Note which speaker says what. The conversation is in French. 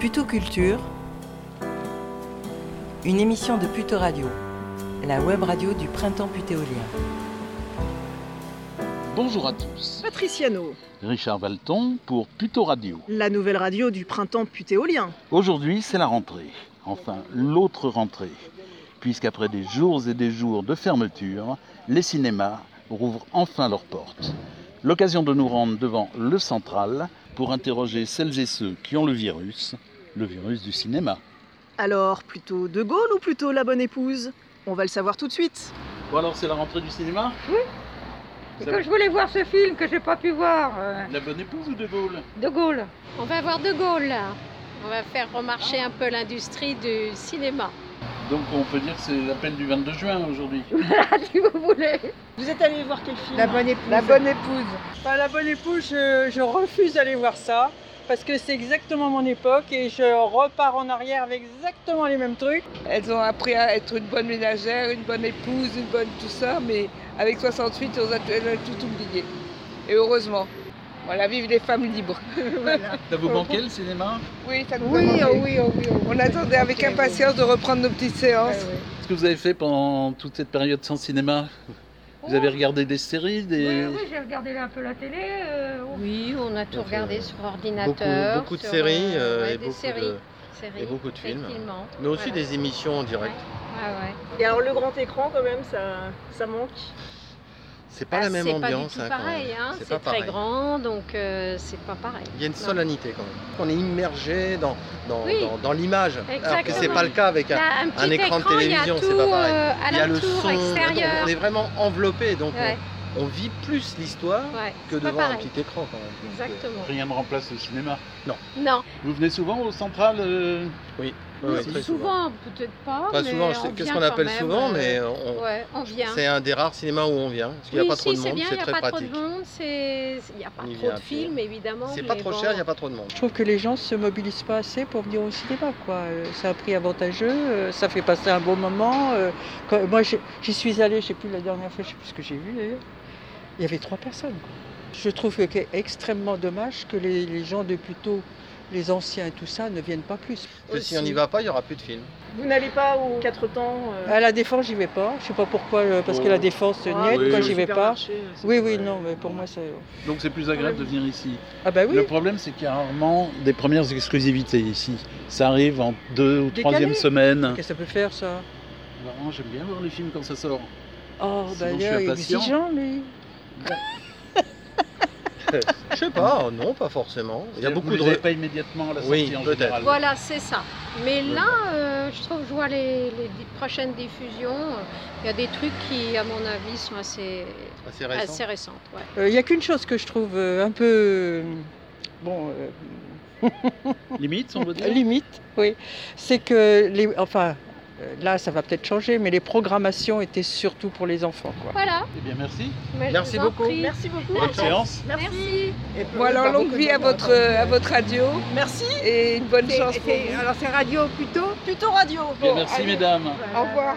Speaker 1: Puto Culture, une émission de Puto Radio, la web radio du printemps putéolien.
Speaker 2: Bonjour à tous.
Speaker 3: Patriciano,
Speaker 2: Richard Valton pour Puto Radio.
Speaker 3: la nouvelle radio du printemps putéolien.
Speaker 2: Aujourd'hui, c'est la rentrée. Enfin, l'autre rentrée. Puisqu'après des jours et des jours de fermeture, les cinémas rouvrent enfin leurs portes. L'occasion de nous rendre devant le central pour interroger celles et ceux qui ont le virus, le virus du cinéma.
Speaker 3: Alors, plutôt De Gaulle ou plutôt la bonne épouse On va le savoir tout de suite.
Speaker 2: Bon alors, c'est la rentrée du cinéma
Speaker 4: C'est que je voulais voir ce film que j'ai pas pu voir, euh,
Speaker 2: La bonne épouse ou De Gaulle
Speaker 4: De Gaulle.
Speaker 5: On va voir De Gaulle là. On va faire remarcher un peu l'industrie du cinéma.
Speaker 2: Donc on peut dire que c'est l'appel du 22 juin aujourd'hui.
Speaker 4: Ah, si vous voulez.
Speaker 6: Vous êtes allé voir quel film
Speaker 7: La bonne épouse.
Speaker 6: La bonne épouse. Enfin, la bonne épouse, je, je refuse d'aller voir ça parce que c'est exactement mon époque et je repars en arrière avec exactement les mêmes trucs.
Speaker 7: Elles ont appris à être une bonne ménagère, une bonne épouse, une bonne tout ça, mais avec 68, elles ont tout- elles ont tout oublié. Et heureusement. Voilà, vive les femmes libres.
Speaker 2: Ça vous manquait le cinéma
Speaker 7: Oui, ça nous a
Speaker 6: Oui,
Speaker 7: manqué.
Speaker 6: oh oui, oh oui. oh oui.
Speaker 7: On attendait avec impatience de reprendre nos petites
Speaker 6: Ouais,
Speaker 7: séances.
Speaker 6: ouais.
Speaker 2: Qu'est-ce que vous avez fait pendant toute cette période sans cinéma Vous avez regardé des séries, des...
Speaker 4: Oui, oui, j'ai regardé un peu la télé. euh,
Speaker 5: Oui, on a tout
Speaker 8: Donc,
Speaker 5: regardé
Speaker 8: euh,
Speaker 5: sur ordinateur.
Speaker 8: beaucoup, beaucoup de
Speaker 5: sur,
Speaker 8: séries,
Speaker 5: euh,
Speaker 8: euh,
Speaker 5: ouais,
Speaker 8: et
Speaker 5: des
Speaker 8: beaucoup
Speaker 5: séries,
Speaker 8: de-
Speaker 5: séries,
Speaker 8: et beaucoup de films.
Speaker 5: effectivement.
Speaker 8: mais aussi
Speaker 5: Voilà.
Speaker 8: des émissions en direct.
Speaker 5: Ouais, ouais.
Speaker 3: Et alors, le grand écran, quand même, ça, ça manque.
Speaker 8: C'est pas
Speaker 5: Ah,
Speaker 8: la même
Speaker 5: c'est
Speaker 8: ambiance.
Speaker 5: Pas du
Speaker 8: hein,
Speaker 5: tout
Speaker 8: quand
Speaker 5: pareil,
Speaker 8: même.
Speaker 5: hein,
Speaker 8: C'est
Speaker 5: c'est
Speaker 8: pas
Speaker 5: très
Speaker 8: pareil.
Speaker 5: grand, donc euh, c'est pas pareil.
Speaker 8: Il y a une
Speaker 5: Non.
Speaker 8: solennité quand même. On est immergé dans, dans,
Speaker 5: Oui.
Speaker 8: dans, dans l'image. Alors que c'est
Speaker 5: Exactement.
Speaker 8: pas le cas avec un.
Speaker 5: Là, un petit
Speaker 8: un écran de télévision,
Speaker 5: il y a
Speaker 8: c'est
Speaker 5: tout,
Speaker 8: pas pareil.
Speaker 5: euh, à
Speaker 8: Il y a le
Speaker 5: l'entour,
Speaker 8: son.
Speaker 5: extérieur.
Speaker 8: On est vraiment enveloppé, donc on-
Speaker 5: Ouais,
Speaker 8: on, vit plus l'histoire
Speaker 5: ouais,
Speaker 8: que
Speaker 5: c'est pas
Speaker 8: devant un
Speaker 5: pareil.
Speaker 8: petit écran quand même. Donc, euh,
Speaker 5: Exactement.
Speaker 2: Rien ne remplace le cinéma.
Speaker 5: Non,
Speaker 2: Vous venez souvent au central euh,
Speaker 8: ouais,
Speaker 5: souvent,
Speaker 8: très souvent.
Speaker 5: peut-être pas.
Speaker 8: Pas
Speaker 5: mais
Speaker 8: souvent, je
Speaker 5: on
Speaker 8: sais- qu'est-ce
Speaker 5: vient
Speaker 8: qu'on
Speaker 5: quand
Speaker 8: appelle
Speaker 5: même,
Speaker 8: souvent,
Speaker 5: euh,
Speaker 8: mais on-
Speaker 5: Ouais, on vient.
Speaker 8: c'est un des rares cinémas où on vient, parce qu'il n'y
Speaker 5: Oui,
Speaker 8: a pas trop
Speaker 5: si,
Speaker 8: de
Speaker 5: c'est
Speaker 8: monde,
Speaker 5: bien,
Speaker 8: c'est
Speaker 5: il n'y a
Speaker 8: très
Speaker 5: pas
Speaker 8: pratique.
Speaker 5: trop de monde, c'est- il n'y a pas
Speaker 8: On y
Speaker 5: trop
Speaker 8: vient
Speaker 5: de
Speaker 8: à pied.
Speaker 5: films, évidemment.
Speaker 8: C'est pas
Speaker 5: mais
Speaker 8: trop
Speaker 5: bon.
Speaker 8: cher, il n'y a pas trop de monde.
Speaker 6: Je trouve que les gens se mobilisent pas assez pour venir au cinéma. Quoi. Euh, C'est un prix avantageux, euh, ça fait passer un bon moment. euh, quand- moi, j'ai- j'y suis allée, je sais plus la dernière fois, je sais plus ce que j'ai vu d'ailleurs. Il y avait trois personnes. quoi. Je trouve que c'est extrêmement dommage que les, les gens de plutôt, les anciens et tout ça, ne viennent pas plus.
Speaker 8: Parce que si on n'y va pas, il n'y aura plus de film.
Speaker 3: Vous n'allez pas aux quatre temps euh,
Speaker 6: À la défense, j'y vais pas. Je sais pas pourquoi, euh, parce que la défense
Speaker 3: ah,
Speaker 6: niette,
Speaker 3: oui,
Speaker 6: quoi,
Speaker 3: au
Speaker 6: j'y vais pas.
Speaker 3: supermarché, euh, c'est-
Speaker 6: Oui, oui, non, mais pour moi, ça.
Speaker 2: Donc c'est plus agréable de venir ici.
Speaker 6: Ah bah oui.
Speaker 2: Le problème, c'est qu'il y a rarement des premières exclusivités ici. Ça arrive en deux ou troisième semaine.
Speaker 6: Qu'est-ce que ça peut faire ça
Speaker 2: Alors, moi, J'aime bien voir les films quand ça sort.
Speaker 6: Oh,
Speaker 2: Sinon,
Speaker 6: bah
Speaker 2: je
Speaker 6: il
Speaker 2: suis
Speaker 6: est
Speaker 2: impatient.
Speaker 6: exigeant, lui.
Speaker 8: Je sais pas, non, pas forcément. Il y a
Speaker 2: Vous
Speaker 8: beaucoup
Speaker 2: les
Speaker 8: de.
Speaker 2: avez
Speaker 8: re-
Speaker 2: pas immédiatement à la sortie
Speaker 8: Oui,
Speaker 2: en
Speaker 8: peut-être.
Speaker 2: général.
Speaker 5: Voilà, c'est ça. Mais là, euh, je trouve, je vois les, les di- prochaines diffusions, euh, il y a des trucs qui, à mon avis, sont assez,
Speaker 8: Assez récent.
Speaker 5: assez récentes. ouais.
Speaker 6: Il n'y Euh, a qu'une chose que je trouve euh, un peu. euh, Bon, euh,
Speaker 2: Limite, on veut dire.
Speaker 6: limite, oui. C'est que, les, enfin, euh, là, ça va peut-être changer, mais les programmations étaient surtout pour les enfants. Quoi.
Speaker 5: Voilà.
Speaker 2: Eh bien, merci.
Speaker 5: Mais je
Speaker 8: Merci
Speaker 5: vous en
Speaker 8: beaucoup.
Speaker 5: prie.
Speaker 3: Merci beaucoup.
Speaker 2: Bonne séance.
Speaker 5: Merci.
Speaker 6: Et
Speaker 7: Bon, alors longue vie à votre, euh, à votre radio
Speaker 3: Merci.
Speaker 7: et une bonne chance pour vous.
Speaker 3: Alors, c'est radio plutôt Plutôt radio.
Speaker 2: Bien, merci, mesdames.
Speaker 7: Au revoir.